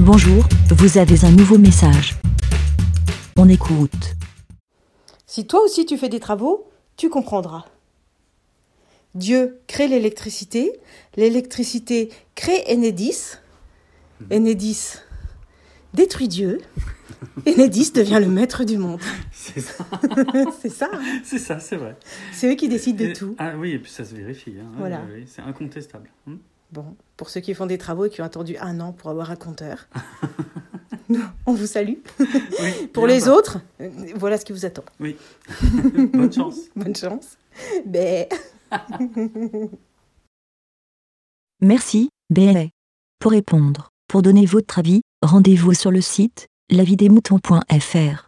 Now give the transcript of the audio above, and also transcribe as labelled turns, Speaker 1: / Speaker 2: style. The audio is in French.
Speaker 1: Bonjour, vous avez un nouveau message. On écoute.
Speaker 2: Si toi aussi tu fais des travaux, tu comprendras. Dieu crée l'électricité, l'électricité crée Enedis,
Speaker 3: Mhm.
Speaker 2: Enedis détruit Dieu, Enedis devient le maître du monde.
Speaker 3: C'est ça,
Speaker 2: c'est ça, hein
Speaker 3: c'est ça, c'est vrai.
Speaker 2: c'est eux qui décident de
Speaker 3: Et-
Speaker 2: tout.
Speaker 3: Ah oui, et puis ça se vérifie. hein. Ah
Speaker 2: Voilà.
Speaker 3: oui, oui, c'est incontestable. Hmm.
Speaker 2: Bon, pour ceux qui font des travaux et qui ont attendu un an pour avoir un compteur, nous, on vous salue.
Speaker 3: Oui,
Speaker 2: Pour
Speaker 3: bien
Speaker 2: les
Speaker 3: pas.
Speaker 2: autres, euh, voilà ce qui vous attend.
Speaker 3: Bonne chance.
Speaker 2: Bonne chance. Ben, Mais
Speaker 1: Merci, BLA. Pour répondre, pour donner votre avis, rendez-vous sur le site lavidemouton.fr.